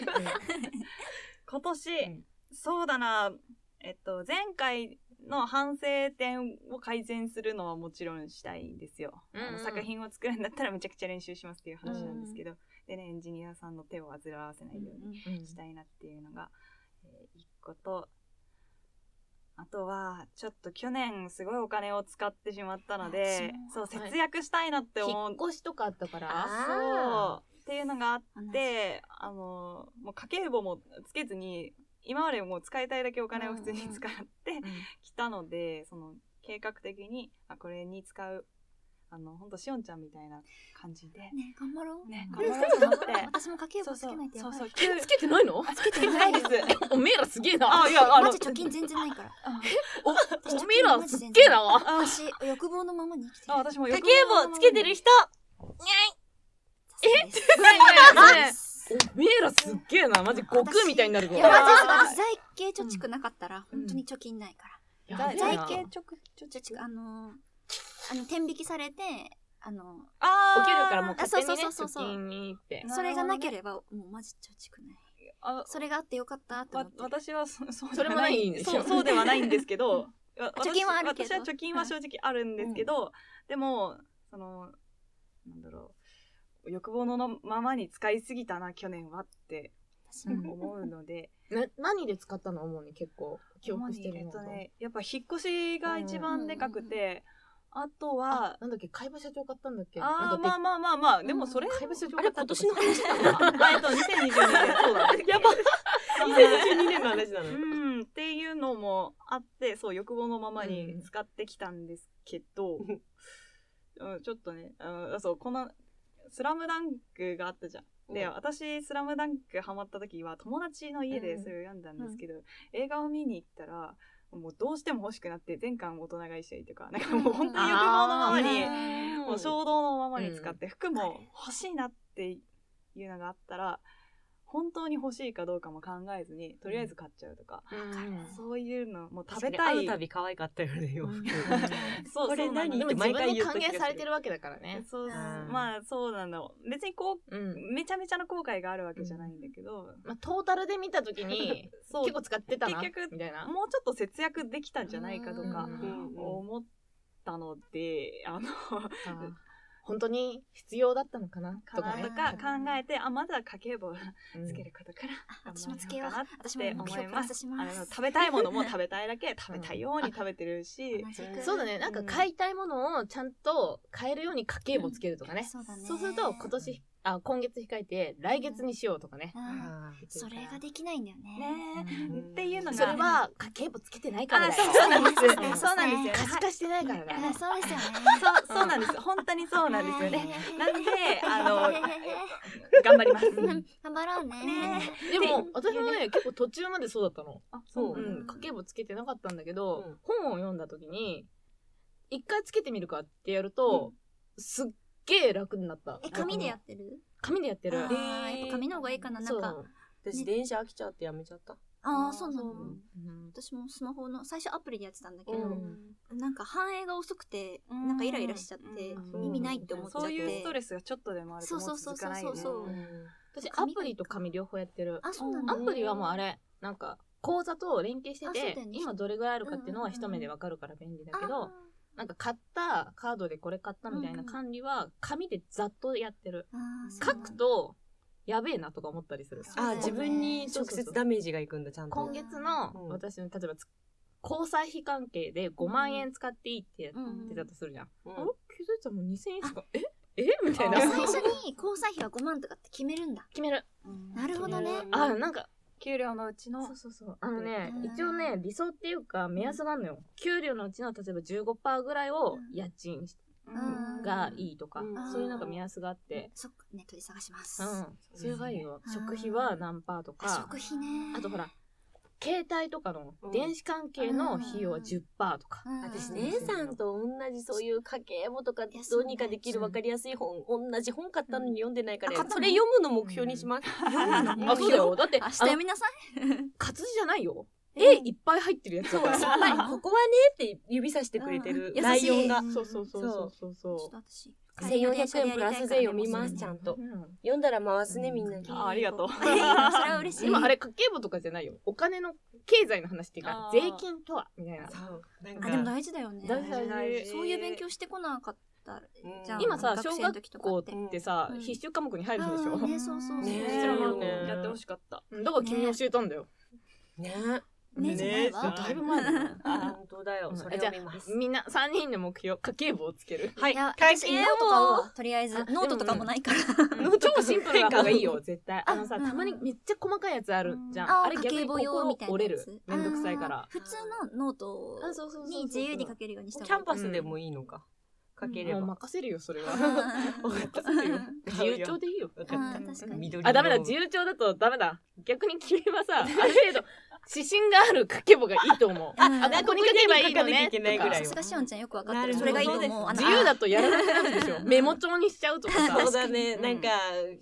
[SPEAKER 2] 今年、
[SPEAKER 4] ん
[SPEAKER 2] そうだなえっと前回の反省点を改善するのはもちろんしたいんですよ、
[SPEAKER 5] うんうん
[SPEAKER 2] あの作品を作るんだったらめちゃくちゃ練習しますっていう話なんですけど、でねエンジニアさんの手を煩わせないように
[SPEAKER 5] うん
[SPEAKER 2] したいなっていうのが、えー一個とあとは、ちょっと去年すごいお金を使ってしまったので、そう、
[SPEAKER 5] はい
[SPEAKER 2] 節約したいなって思う
[SPEAKER 5] 引っ越しとかあったから
[SPEAKER 4] あ
[SPEAKER 2] そうっていうのがあ
[SPEAKER 3] 同じ
[SPEAKER 2] ってあのもう家計簿もつけずに今までもう使いたいだけお金を普通に
[SPEAKER 3] うんうん
[SPEAKER 2] 使ってきたので、その計画的にあこれに使うあの本当しおんちゃんみたいな感じで。
[SPEAKER 3] ね頑張ろう。
[SPEAKER 2] ね
[SPEAKER 3] 頑張ろ
[SPEAKER 2] 頑
[SPEAKER 3] う
[SPEAKER 2] 張ろうって
[SPEAKER 3] *laughs* 私も家計
[SPEAKER 2] そ
[SPEAKER 3] 簿
[SPEAKER 2] う
[SPEAKER 3] つ
[SPEAKER 2] そう
[SPEAKER 3] けないとや
[SPEAKER 2] そう
[SPEAKER 3] ばい。
[SPEAKER 2] そう
[SPEAKER 5] え
[SPEAKER 2] 急
[SPEAKER 5] つけてないの
[SPEAKER 3] つけ
[SPEAKER 2] つ
[SPEAKER 3] て
[SPEAKER 2] けな
[SPEAKER 3] ない
[SPEAKER 2] い
[SPEAKER 3] で
[SPEAKER 2] ですす。
[SPEAKER 5] おめえらすげえな
[SPEAKER 2] あいやあ
[SPEAKER 3] マ
[SPEAKER 2] の
[SPEAKER 3] ジ貯金全然ないから。
[SPEAKER 5] お
[SPEAKER 3] 私
[SPEAKER 5] おめえらすっげえなわ
[SPEAKER 3] 私欲望のままに生きて
[SPEAKER 2] あ
[SPEAKER 3] る。
[SPEAKER 2] 私も
[SPEAKER 4] 家
[SPEAKER 2] 欲
[SPEAKER 4] 計
[SPEAKER 2] 望の
[SPEAKER 4] 簿
[SPEAKER 2] ままに
[SPEAKER 4] つけてる人
[SPEAKER 2] *laughs*
[SPEAKER 3] え？
[SPEAKER 5] ね *laughs* えねえねえ
[SPEAKER 3] す
[SPEAKER 5] おめえらすっげえなマジ悟空みたいになるぞ
[SPEAKER 3] い
[SPEAKER 2] 私
[SPEAKER 3] や
[SPEAKER 2] ば
[SPEAKER 3] マジ
[SPEAKER 2] あー
[SPEAKER 3] です私財形貯蓄なかったら本当に貯金ないから。
[SPEAKER 5] や
[SPEAKER 2] 財
[SPEAKER 5] べえ
[SPEAKER 3] 財
[SPEAKER 5] な
[SPEAKER 2] 形直
[SPEAKER 3] 貯蓄あのーあの天引きされてあの
[SPEAKER 2] あー
[SPEAKER 5] 起きるからもう勝手にね
[SPEAKER 3] あそうそうそうそう
[SPEAKER 5] 貯金にって
[SPEAKER 3] ーそれがなけ
[SPEAKER 2] ば
[SPEAKER 3] ればもうマジ貯蓄ない。
[SPEAKER 2] あ
[SPEAKER 3] それがあってよかったと思
[SPEAKER 2] わ
[SPEAKER 3] ってる。
[SPEAKER 2] 私はそ *laughs* そう
[SPEAKER 5] それもないんでしょ
[SPEAKER 2] そうそうではないんですけどわ
[SPEAKER 3] 貯金はあるけど
[SPEAKER 2] 私は貯金は正直あるんですけど、でもそのなんだろう欲望のままに使いすぎたな去年はって
[SPEAKER 3] 私も
[SPEAKER 2] 思うので
[SPEAKER 5] な何で使ったの主に結構記憶してるの
[SPEAKER 2] 主
[SPEAKER 5] と、
[SPEAKER 2] にえっとねやっぱ引っ越しが一番でかくて、あと
[SPEAKER 5] あ
[SPEAKER 2] は
[SPEAKER 5] なんだっけ海馬社長買ったんだっけ
[SPEAKER 2] あ
[SPEAKER 5] な
[SPEAKER 2] あ
[SPEAKER 5] ん
[SPEAKER 2] ま
[SPEAKER 5] か
[SPEAKER 2] あまあまあまあでもそれ、
[SPEAKER 5] で海馬社長
[SPEAKER 4] あ
[SPEAKER 5] 買
[SPEAKER 4] れ
[SPEAKER 5] った
[SPEAKER 4] 今
[SPEAKER 5] とか
[SPEAKER 4] 年の話なの
[SPEAKER 2] あえっと2022年そうだ *laughs* ね
[SPEAKER 4] やば2012年の話なの
[SPEAKER 2] うん、っていうのもあってそう欲望のままに使ってきたんですけど、 *laughs* うん、ちょっとねあそうこの「スラムダンクがあったじゃん。で、
[SPEAKER 4] うん
[SPEAKER 2] 私「スラムダンクハマった時は友達の家でそれを読んだんですけど、映画を見に行ったらもうどうしても欲しくなって全巻大人買いしたりとかなんかもう本当に欲望のままに
[SPEAKER 5] あー
[SPEAKER 2] もう衝動のままに使って、服も欲しいなっていうのがあったら本当に欲しいかどうかも考えずにとりあえず買っちゃうとか、
[SPEAKER 5] うん
[SPEAKER 2] そういうのもう食
[SPEAKER 4] 食べ
[SPEAKER 2] べ
[SPEAKER 4] た
[SPEAKER 2] た
[SPEAKER 4] い会
[SPEAKER 2] いう
[SPEAKER 4] たび可愛かったよね洋服
[SPEAKER 2] *laughs* そう
[SPEAKER 4] これ
[SPEAKER 2] そうなの
[SPEAKER 4] 何
[SPEAKER 5] でも
[SPEAKER 4] って
[SPEAKER 5] 自
[SPEAKER 4] 毎
[SPEAKER 5] 分
[SPEAKER 4] 回
[SPEAKER 5] に
[SPEAKER 4] 言った
[SPEAKER 5] 還
[SPEAKER 4] 気がす
[SPEAKER 5] 元
[SPEAKER 4] る
[SPEAKER 5] されてるわけだからね。
[SPEAKER 2] そう
[SPEAKER 3] うん
[SPEAKER 2] まあそうなの別にこ
[SPEAKER 5] う。
[SPEAKER 2] うんめちゃめちゃな後悔があるわけじゃないんだけど、
[SPEAKER 5] まあ、トータルで見たときに、
[SPEAKER 2] そう
[SPEAKER 5] 結構使ってたな、
[SPEAKER 2] 結局
[SPEAKER 5] みたいな。
[SPEAKER 2] もうちょっと節約できたんじゃないかとか
[SPEAKER 5] うん
[SPEAKER 2] 思ったので、あの
[SPEAKER 5] あー本当に必要だったのかな
[SPEAKER 2] か
[SPEAKER 5] とか
[SPEAKER 2] な
[SPEAKER 5] ね
[SPEAKER 2] と。か考えてあまずは家計簿をつけることから
[SPEAKER 3] あ私もつけよう
[SPEAKER 2] 頑張ろ
[SPEAKER 3] 私も目標プラスし
[SPEAKER 2] かな
[SPEAKER 3] ま
[SPEAKER 2] って思いますあの
[SPEAKER 3] す。
[SPEAKER 2] 食べたいものも食べたいだけ食べたいように食べてるし、
[SPEAKER 3] 同じ
[SPEAKER 5] う
[SPEAKER 3] く
[SPEAKER 5] んそうだね、なんか買いたいものをちゃんと買えるように家計簿つけるとかね。
[SPEAKER 3] そうだね。
[SPEAKER 5] そうすると、今年、あ、今月控えて、来月にしようとかね。
[SPEAKER 3] うん
[SPEAKER 4] あー
[SPEAKER 3] それができないんだよね。
[SPEAKER 2] ね
[SPEAKER 4] うん
[SPEAKER 2] っていうのが
[SPEAKER 5] それは家計簿つけてないから
[SPEAKER 2] あ
[SPEAKER 5] だ
[SPEAKER 2] そう
[SPEAKER 5] よ。
[SPEAKER 2] そうなんです
[SPEAKER 3] う
[SPEAKER 2] そう
[SPEAKER 3] ん
[SPEAKER 2] なんですよね
[SPEAKER 5] 可視化してないからだ
[SPEAKER 3] あ
[SPEAKER 5] よ。
[SPEAKER 3] そうですよね。
[SPEAKER 2] そうそうなんです本当にそうなんですよね
[SPEAKER 3] はい
[SPEAKER 2] なんであの
[SPEAKER 3] う
[SPEAKER 2] 頑張ります
[SPEAKER 3] ん *laughs* 頑張ろうね。
[SPEAKER 5] でも、私もね、結構途中までそうだったの。
[SPEAKER 2] あ
[SPEAKER 4] そう
[SPEAKER 5] う
[SPEAKER 2] なん
[SPEAKER 5] ん、
[SPEAKER 2] だ
[SPEAKER 5] 家計簿つけてなかったんだけど、
[SPEAKER 4] うん
[SPEAKER 5] 本を読んだ時に一回つけてみるかってやると、すっげえ楽になった
[SPEAKER 3] え、紙でやってる
[SPEAKER 5] 紙でやってる
[SPEAKER 3] あ
[SPEAKER 4] え
[SPEAKER 3] ーやっぱ紙の方がいいかな。な
[SPEAKER 5] そ
[SPEAKER 3] ん
[SPEAKER 5] う
[SPEAKER 3] か、
[SPEAKER 4] 私電車飽きちゃってやめちゃった
[SPEAKER 3] ああ、そうなの
[SPEAKER 2] そう。
[SPEAKER 5] うん
[SPEAKER 3] 私もスマホの最初アプリでやってたんだけ
[SPEAKER 4] う
[SPEAKER 3] ど、
[SPEAKER 4] ん
[SPEAKER 3] なんか反映が遅くて、
[SPEAKER 2] うん
[SPEAKER 3] なんかイライラしちゃって
[SPEAKER 5] うん、
[SPEAKER 3] 意味ないって思っちゃって。
[SPEAKER 2] そういうストレスがちょっとでもあるとも
[SPEAKER 3] そう
[SPEAKER 2] う
[SPEAKER 3] そうそう
[SPEAKER 2] 続
[SPEAKER 3] そ
[SPEAKER 2] か
[SPEAKER 3] う
[SPEAKER 2] ないよね
[SPEAKER 3] そう
[SPEAKER 5] 私ア
[SPEAKER 3] 紙
[SPEAKER 5] プリと紙両方やってる
[SPEAKER 3] あ、そうなんだ
[SPEAKER 5] ア。プリはもうあれなんか口座と連携して
[SPEAKER 3] あそう
[SPEAKER 5] て
[SPEAKER 3] だよ、ね
[SPEAKER 5] 今どれぐらいあるかっていうのは
[SPEAKER 3] うんうんうん
[SPEAKER 5] 一目でわかるから便利だ
[SPEAKER 3] あ
[SPEAKER 5] けど、なんか買ったカードでこれ買ったみたいな管理は紙でざっとやってる、
[SPEAKER 3] ー
[SPEAKER 5] 書く、とやべえなとか思ったりする
[SPEAKER 3] そうだ
[SPEAKER 4] あ
[SPEAKER 3] よね
[SPEAKER 4] ー自分に直接ダメージがいくんだちゃん
[SPEAKER 5] 今
[SPEAKER 4] と
[SPEAKER 5] 月の
[SPEAKER 4] うん
[SPEAKER 5] 私の例えばつ交際費関係で5万円使っていいってやってたとするじゃん。
[SPEAKER 4] うん
[SPEAKER 5] あれ気づいたらもう2000円しかええみたい
[SPEAKER 3] そう
[SPEAKER 5] な
[SPEAKER 3] だよね最初に交際費は5万とかって決めるんだ。
[SPEAKER 5] 決める。
[SPEAKER 3] なるほどね。
[SPEAKER 5] あなんか
[SPEAKER 2] 給料のうちの
[SPEAKER 5] そうそうそうあのね
[SPEAKER 3] うん
[SPEAKER 5] 一応ね理想っていうか目安があるのよ。給料のうちの例えば15%ぐらいを家賃
[SPEAKER 3] うん
[SPEAKER 5] がいいとか、
[SPEAKER 4] うん
[SPEAKER 5] そういうなんか目安があって、
[SPEAKER 3] そっか、ネットで探します。
[SPEAKER 5] うん
[SPEAKER 3] あ
[SPEAKER 5] それがいいよ。
[SPEAKER 3] うん
[SPEAKER 5] 食費は何パーとか
[SPEAKER 3] 食費ね。
[SPEAKER 5] あとほら携帯とかの
[SPEAKER 4] うん
[SPEAKER 5] 電子関係の費用は10%とか。
[SPEAKER 3] うん、
[SPEAKER 4] 私姉さんと同じそういう家計簿とか
[SPEAKER 3] いやそ
[SPEAKER 4] ど
[SPEAKER 3] う
[SPEAKER 4] うにかできる分かりやすい本同じ本買ったのに読んでないから
[SPEAKER 3] あ買ったの
[SPEAKER 4] それ読むの目標にします
[SPEAKER 5] あそうだよだって
[SPEAKER 3] 明日
[SPEAKER 5] あの
[SPEAKER 3] 読みなさい。
[SPEAKER 5] 活字じゃないよ。
[SPEAKER 3] うん
[SPEAKER 5] 絵いっぱい入ってるやつだから。
[SPEAKER 4] やっぱりここはねって指さしてくれてる
[SPEAKER 3] うん
[SPEAKER 4] 内容が
[SPEAKER 3] 優しい
[SPEAKER 5] そうそうそうそうそう
[SPEAKER 3] ちょっ
[SPEAKER 5] そ
[SPEAKER 3] と私。
[SPEAKER 4] 1400円プラスで読みますちゃん
[SPEAKER 5] う
[SPEAKER 4] と。
[SPEAKER 5] うん
[SPEAKER 4] 読んだら回すねみんなに
[SPEAKER 2] あありがとう
[SPEAKER 3] いやいやそれは嬉しい。
[SPEAKER 5] 今あれ家計簿とかじゃないよ。お金の経済の話っていうか
[SPEAKER 2] あー
[SPEAKER 5] 税金とはみたいな。
[SPEAKER 4] そうなん
[SPEAKER 3] あでも
[SPEAKER 4] か
[SPEAKER 3] 大事だよね。
[SPEAKER 5] 大事大
[SPEAKER 3] そういう勉強してこなかったじゃん。
[SPEAKER 5] 今さ
[SPEAKER 3] 学
[SPEAKER 5] 小
[SPEAKER 3] 生の時
[SPEAKER 5] 学
[SPEAKER 3] とか
[SPEAKER 5] 校
[SPEAKER 3] って。
[SPEAKER 5] ってさ
[SPEAKER 3] うん
[SPEAKER 5] 必修科目に入るんでし
[SPEAKER 3] あー
[SPEAKER 5] ょ。
[SPEAKER 3] ね、そうそうそう。
[SPEAKER 4] ね
[SPEAKER 2] ね
[SPEAKER 4] 知らなかった
[SPEAKER 2] やってほしかった
[SPEAKER 5] だから君に教えたんだよ。
[SPEAKER 4] ね
[SPEAKER 3] ねじゃない
[SPEAKER 5] も
[SPEAKER 3] わ
[SPEAKER 5] うだいぶ前だね
[SPEAKER 4] *laughs*
[SPEAKER 2] あ
[SPEAKER 4] 本当だよ。それ
[SPEAKER 5] じゃ
[SPEAKER 4] を見ます
[SPEAKER 5] あ。みんな3人の目標家計簿をつける
[SPEAKER 4] はい
[SPEAKER 3] いや、
[SPEAKER 4] 会
[SPEAKER 3] 私、
[SPEAKER 4] 計
[SPEAKER 3] ノート買おうわ。とりあえず、ノートとかもないから。
[SPEAKER 5] うん超シンプルな方がいいよ絶対
[SPEAKER 3] あ
[SPEAKER 5] あのさ
[SPEAKER 3] うん
[SPEAKER 5] たまにめっちゃ細かいやつあるじゃん
[SPEAKER 3] あ
[SPEAKER 5] あ
[SPEAKER 3] あ、
[SPEAKER 5] れ
[SPEAKER 3] 家
[SPEAKER 5] 逆
[SPEAKER 3] 計
[SPEAKER 5] に
[SPEAKER 3] 簿用
[SPEAKER 5] 心
[SPEAKER 3] みたいな
[SPEAKER 5] 折れ
[SPEAKER 3] やつ
[SPEAKER 5] る。めんどくさいか
[SPEAKER 3] あー
[SPEAKER 5] ら
[SPEAKER 3] 普通のノート
[SPEAKER 5] あそうそうそうそう
[SPEAKER 3] に自由に書けるようにした
[SPEAKER 4] キャンパ
[SPEAKER 5] ス
[SPEAKER 4] スで
[SPEAKER 5] で
[SPEAKER 4] も
[SPEAKER 5] も
[SPEAKER 4] いいのか。かけれ
[SPEAKER 5] もう
[SPEAKER 4] ば。
[SPEAKER 5] 任せるよそれは
[SPEAKER 3] *laughs* うん
[SPEAKER 5] 自由帳でいいよ
[SPEAKER 4] わ
[SPEAKER 3] う
[SPEAKER 4] かっ
[SPEAKER 3] ん確か
[SPEAKER 4] た。
[SPEAKER 3] に。
[SPEAKER 4] 緑
[SPEAKER 5] あダメだ自由帳だとダメだ逆に君は *laughs* さある程度指針がある家計簿がいいと思う
[SPEAKER 3] あうん
[SPEAKER 5] *laughs* あここに書けばいいの
[SPEAKER 4] 書
[SPEAKER 5] ね
[SPEAKER 4] かなきゃいけないぐらい
[SPEAKER 3] さすがしおんちゃんよくわかって
[SPEAKER 4] なる
[SPEAKER 3] る。
[SPEAKER 4] ほ
[SPEAKER 3] そ
[SPEAKER 4] ど
[SPEAKER 3] れがいいと思う。あの
[SPEAKER 5] 自由だとやらなくなるでしょメモ帳にしちゃうとかさ
[SPEAKER 4] そうだね。
[SPEAKER 5] うん
[SPEAKER 4] なんか、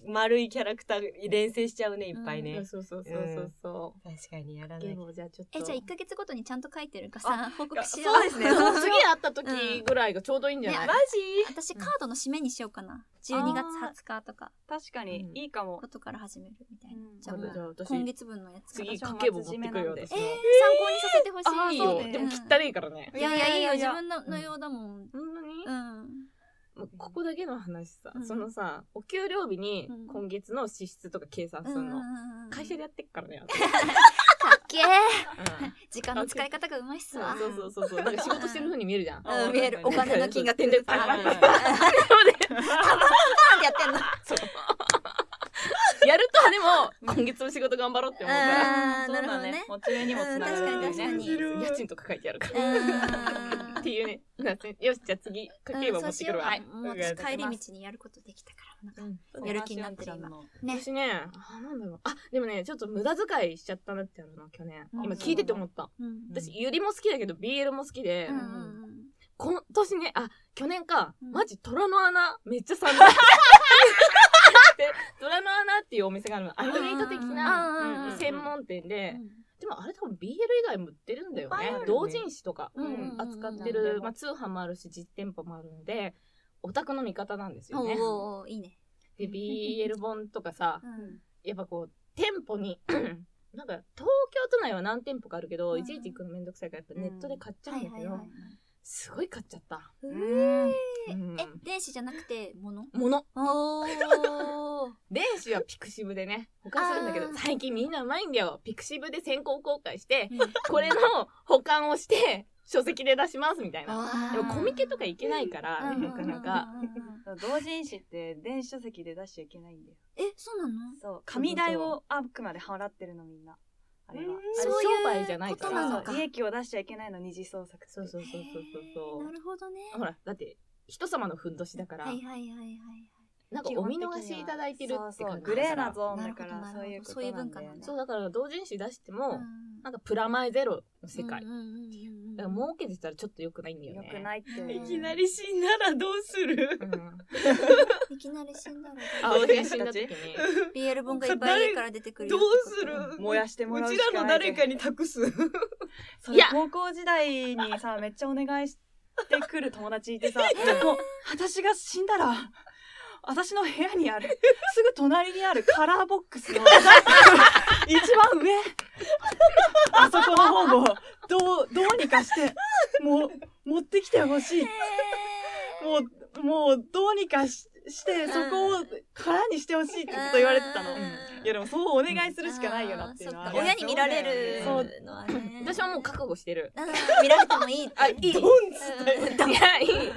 [SPEAKER 4] 丸いキャラクター、連成しちゃうね、いっぱいね。
[SPEAKER 5] そうそうそうそうそ
[SPEAKER 4] 確かにやら
[SPEAKER 5] う
[SPEAKER 4] ない
[SPEAKER 5] 家計。簿じゃあちょっと
[SPEAKER 3] え、じゃあ1ヶ月ごとにちゃんと書いてるかさ、報告しよう。
[SPEAKER 4] そうですね
[SPEAKER 5] そう次会った時ぐらいがちょうどいいんじゃない
[SPEAKER 4] マジ
[SPEAKER 3] 私、カードの締めにしようかな。12月20日とか、
[SPEAKER 2] 確かに、いいかも
[SPEAKER 3] こ。とから始めるみたい
[SPEAKER 2] うん
[SPEAKER 3] な。じゃあも
[SPEAKER 5] じゃあ
[SPEAKER 3] う、
[SPEAKER 5] 私
[SPEAKER 3] 今月分のやつから。
[SPEAKER 5] 次
[SPEAKER 3] えー、
[SPEAKER 5] 家計簿持ってくよ
[SPEAKER 2] えー
[SPEAKER 3] 参考
[SPEAKER 5] 私も
[SPEAKER 3] にさせてほしい。
[SPEAKER 5] ああいいよ
[SPEAKER 2] そうね
[SPEAKER 5] でもきっ
[SPEAKER 3] う
[SPEAKER 5] た
[SPEAKER 3] ん
[SPEAKER 5] りいいからね
[SPEAKER 3] いやいやいい
[SPEAKER 2] いや
[SPEAKER 3] よ、
[SPEAKER 2] いやい
[SPEAKER 3] 自
[SPEAKER 2] や
[SPEAKER 3] 分ののようだもん。
[SPEAKER 5] ほんまに
[SPEAKER 3] うん。
[SPEAKER 5] もうここだけの話さ、
[SPEAKER 3] うん
[SPEAKER 5] そのさお給料日に
[SPEAKER 3] うん
[SPEAKER 5] 今月の支出とか計算するの、会社で
[SPEAKER 3] で。
[SPEAKER 5] やってっからね、
[SPEAKER 3] かっけえ
[SPEAKER 5] 私うん
[SPEAKER 3] 時間の使い方がうまいっすわ。
[SPEAKER 5] そうそうそうそうなんか仕事してる風に見えるじゃん
[SPEAKER 2] うん
[SPEAKER 3] うん、見える。お金の金額
[SPEAKER 5] 点
[SPEAKER 3] で
[SPEAKER 5] で
[SPEAKER 3] パ
[SPEAKER 5] パ
[SPEAKER 3] ンパ
[SPEAKER 5] ンパ
[SPEAKER 3] ンっ
[SPEAKER 5] ン
[SPEAKER 3] て
[SPEAKER 5] パ
[SPEAKER 4] パ
[SPEAKER 5] ン
[SPEAKER 4] ン
[SPEAKER 5] パン
[SPEAKER 3] やってんの。
[SPEAKER 5] やるとでも今月の仕事頑張ろうって思うから
[SPEAKER 3] あー
[SPEAKER 2] そうだね。モチベにもつながる
[SPEAKER 3] うん確かに確
[SPEAKER 2] ね。
[SPEAKER 5] 家賃とか書いてあるか
[SPEAKER 3] う
[SPEAKER 5] ら
[SPEAKER 3] ん
[SPEAKER 5] *laughs* っていうねなんかよしじゃあ次家計簿持ってくるわ、
[SPEAKER 3] うん
[SPEAKER 5] は
[SPEAKER 3] そうし
[SPEAKER 5] い
[SPEAKER 3] ようもう私帰り道にやることできたから。なんかやる気になってる今ね。
[SPEAKER 5] 私ね、あ、なんだろう。あ、でもね、ちょっと無駄遣いしちゃったなってあるな、去年。
[SPEAKER 3] うん
[SPEAKER 5] 今聞いてて思った。
[SPEAKER 3] うん
[SPEAKER 5] 私、ゆりも好きだけど、BL も好きで、
[SPEAKER 3] うんうんうん
[SPEAKER 5] 今年ね、あ、去年か、
[SPEAKER 3] うん
[SPEAKER 5] マジ虎の穴、めっちゃ
[SPEAKER 3] *laughs*
[SPEAKER 5] 寒い。で虎の穴っていうお店があるの。アイドメイト的
[SPEAKER 3] うんうんうん
[SPEAKER 5] な
[SPEAKER 3] うん
[SPEAKER 5] うん専門店で、でもあれ多分 BL 以外も売ってるんだよね
[SPEAKER 4] いっぱいあるね。
[SPEAKER 5] 同人誌とか
[SPEAKER 3] うんうんうん
[SPEAKER 5] 扱って
[SPEAKER 2] なんで
[SPEAKER 5] る、
[SPEAKER 2] も
[SPEAKER 5] まあ通販もあるし、実店舗もあるので、オタクの味方なんです
[SPEAKER 3] お
[SPEAKER 5] よね。
[SPEAKER 3] ーおーいいね。
[SPEAKER 5] で、BL 本と
[SPEAKER 3] *laughs*
[SPEAKER 5] かさ、
[SPEAKER 3] うん
[SPEAKER 5] やっぱこう、店
[SPEAKER 3] *laughs*
[SPEAKER 5] 舗に、なんか東京都内は何店舗かあるけど、
[SPEAKER 3] うん
[SPEAKER 5] いちいち行くのめんどくさいからやっぱネットで買っちゃうんだけど、
[SPEAKER 3] はい
[SPEAKER 5] すごい買っちゃった。
[SPEAKER 3] うん
[SPEAKER 5] うん
[SPEAKER 3] え、電子じゃなくて、もの
[SPEAKER 5] もの
[SPEAKER 3] おー。
[SPEAKER 5] 電子はピクシブでね保管するんだけど
[SPEAKER 3] あー
[SPEAKER 5] 最近みんなうまいんだよピクシブで先行公開して
[SPEAKER 3] *laughs* うん
[SPEAKER 5] これの保管をして書籍で出しますみたいな
[SPEAKER 3] あ
[SPEAKER 5] で
[SPEAKER 3] ー
[SPEAKER 5] もコミケとか行けないから
[SPEAKER 3] うんうん
[SPEAKER 5] な
[SPEAKER 3] うんう
[SPEAKER 5] か
[SPEAKER 3] ん
[SPEAKER 5] なか
[SPEAKER 2] 同人誌って電子書籍で出しちゃいけないんだよ。
[SPEAKER 3] え、そうなの
[SPEAKER 2] そう。紙代をあくまで払ってるのみんな。あれは。
[SPEAKER 5] あれ
[SPEAKER 3] そういう
[SPEAKER 5] 商売じゃないか
[SPEAKER 3] ことな
[SPEAKER 5] ら
[SPEAKER 3] の
[SPEAKER 2] そ
[SPEAKER 3] か
[SPEAKER 2] う利益を出しちゃいけないの二次創作って
[SPEAKER 5] そうそうそうそうそう
[SPEAKER 3] なるほどね。
[SPEAKER 5] そうほらだって人様のふんどしだから、
[SPEAKER 3] はいはいはいはいはい。
[SPEAKER 5] なんかお見逃しいただいてるって
[SPEAKER 2] そうそ
[SPEAKER 5] 感
[SPEAKER 2] う
[SPEAKER 5] じ
[SPEAKER 2] グレーな
[SPEAKER 5] な
[SPEAKER 2] ゾーンだから
[SPEAKER 3] なるほど
[SPEAKER 2] そういうことなんだよね
[SPEAKER 3] そういう文化なんだ
[SPEAKER 5] そうだから同人誌出しても、
[SPEAKER 3] うん
[SPEAKER 5] なんかプラマイゼロの世界、
[SPEAKER 3] うんうんうんうんうん
[SPEAKER 5] だから儲けてたらちょっと良くないんだよ
[SPEAKER 2] よ
[SPEAKER 5] ね
[SPEAKER 2] くないって
[SPEAKER 3] うん
[SPEAKER 4] いきなり死んだらどうする
[SPEAKER 5] うん
[SPEAKER 3] いきなり死んだら、
[SPEAKER 5] あ
[SPEAKER 4] 同人誌
[SPEAKER 5] 同
[SPEAKER 4] た
[SPEAKER 5] 人誌
[SPEAKER 3] *laughs*
[SPEAKER 4] ち
[SPEAKER 5] の時に
[SPEAKER 3] BL 本がいっぱい家から出てくる
[SPEAKER 4] ど
[SPEAKER 3] よ
[SPEAKER 4] う
[SPEAKER 3] ってこと
[SPEAKER 4] する
[SPEAKER 2] 燃やしてもらうしかないう
[SPEAKER 4] ちらの誰かに託す。
[SPEAKER 2] そ
[SPEAKER 5] い
[SPEAKER 2] れ
[SPEAKER 5] や
[SPEAKER 2] 高校時代にさめっちゃお願いしてくる友達い
[SPEAKER 3] *laughs*
[SPEAKER 2] てさもう私が死んだら私の部屋にあるすぐ隣にあるカラーボックス
[SPEAKER 3] *laughs*
[SPEAKER 2] の一番上あそこの本をどうどうにかしてもう持ってきてほしいもうもうどうにかししてそこを空にしてほしいってずっと言われてたの。
[SPEAKER 5] うん
[SPEAKER 2] いやでもそうお願いするしかないよなっていうの
[SPEAKER 3] あ
[SPEAKER 2] は
[SPEAKER 3] ーそっか親に見られる
[SPEAKER 2] そう
[SPEAKER 3] のはね
[SPEAKER 5] 私はもう覚悟してる
[SPEAKER 3] うん見られてもいいって
[SPEAKER 5] あいい
[SPEAKER 4] うん
[SPEAKER 5] いやいい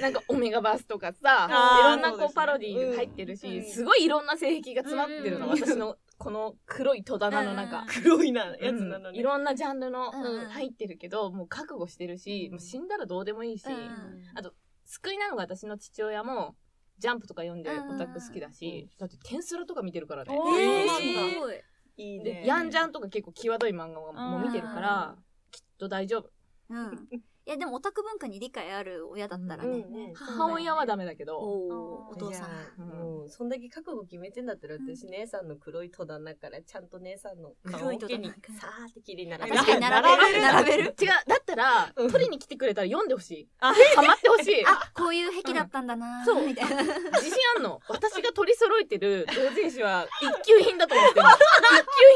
[SPEAKER 5] なんかオメガバースとかさ
[SPEAKER 2] あー
[SPEAKER 5] いろんな
[SPEAKER 2] そうで
[SPEAKER 5] こ
[SPEAKER 2] すね
[SPEAKER 5] うパロディー入ってるし、
[SPEAKER 2] うん
[SPEAKER 5] すごいいろんな性癖が詰まってるの、
[SPEAKER 3] うん
[SPEAKER 5] 私のこの黒い戸棚の中、
[SPEAKER 4] 黒いなやつ
[SPEAKER 5] うん
[SPEAKER 4] なのに。
[SPEAKER 5] いろんなジャンルの、
[SPEAKER 3] うん
[SPEAKER 5] 入ってるけどもう覚悟してるし、
[SPEAKER 4] うん
[SPEAKER 5] もう死んだらどうでもいいし、
[SPEAKER 3] うん
[SPEAKER 5] あと救いなのが私の父親もジャンプとか読んで
[SPEAKER 3] うん
[SPEAKER 5] オタク好きだし、だってテンスラとか見てるからね
[SPEAKER 2] おー
[SPEAKER 5] え
[SPEAKER 2] そうなんだ
[SPEAKER 3] すごい
[SPEAKER 2] いい
[SPEAKER 5] ー
[SPEAKER 2] ね
[SPEAKER 5] でヤンジャンとか結構際どい漫画も見てるからきっと大丈夫
[SPEAKER 3] うんいやでもオタク文化に理解ある親だったら
[SPEAKER 5] うん
[SPEAKER 3] ね
[SPEAKER 4] ね
[SPEAKER 5] 母親はダメだけど
[SPEAKER 3] おーお父さん
[SPEAKER 4] いや
[SPEAKER 5] うん
[SPEAKER 4] もうそんだけ覚悟決めてんだったら私姉さんの黒い戸棚からちゃんと姉さんの
[SPEAKER 3] 黒い戸
[SPEAKER 4] 毛に
[SPEAKER 3] 棚
[SPEAKER 4] さーってきれいにな
[SPEAKER 3] あ
[SPEAKER 4] ら
[SPEAKER 3] 確かに並べる並べる
[SPEAKER 5] 違うだったら
[SPEAKER 4] うん
[SPEAKER 5] 取りに来てくれたら読んでほしい
[SPEAKER 4] あ
[SPEAKER 5] ハマってほしい
[SPEAKER 3] あこういう癖だったんだな
[SPEAKER 5] そう
[SPEAKER 3] みたいな
[SPEAKER 5] 自信あんの私が取り揃えてる同人誌は一級品だと思ってるの一級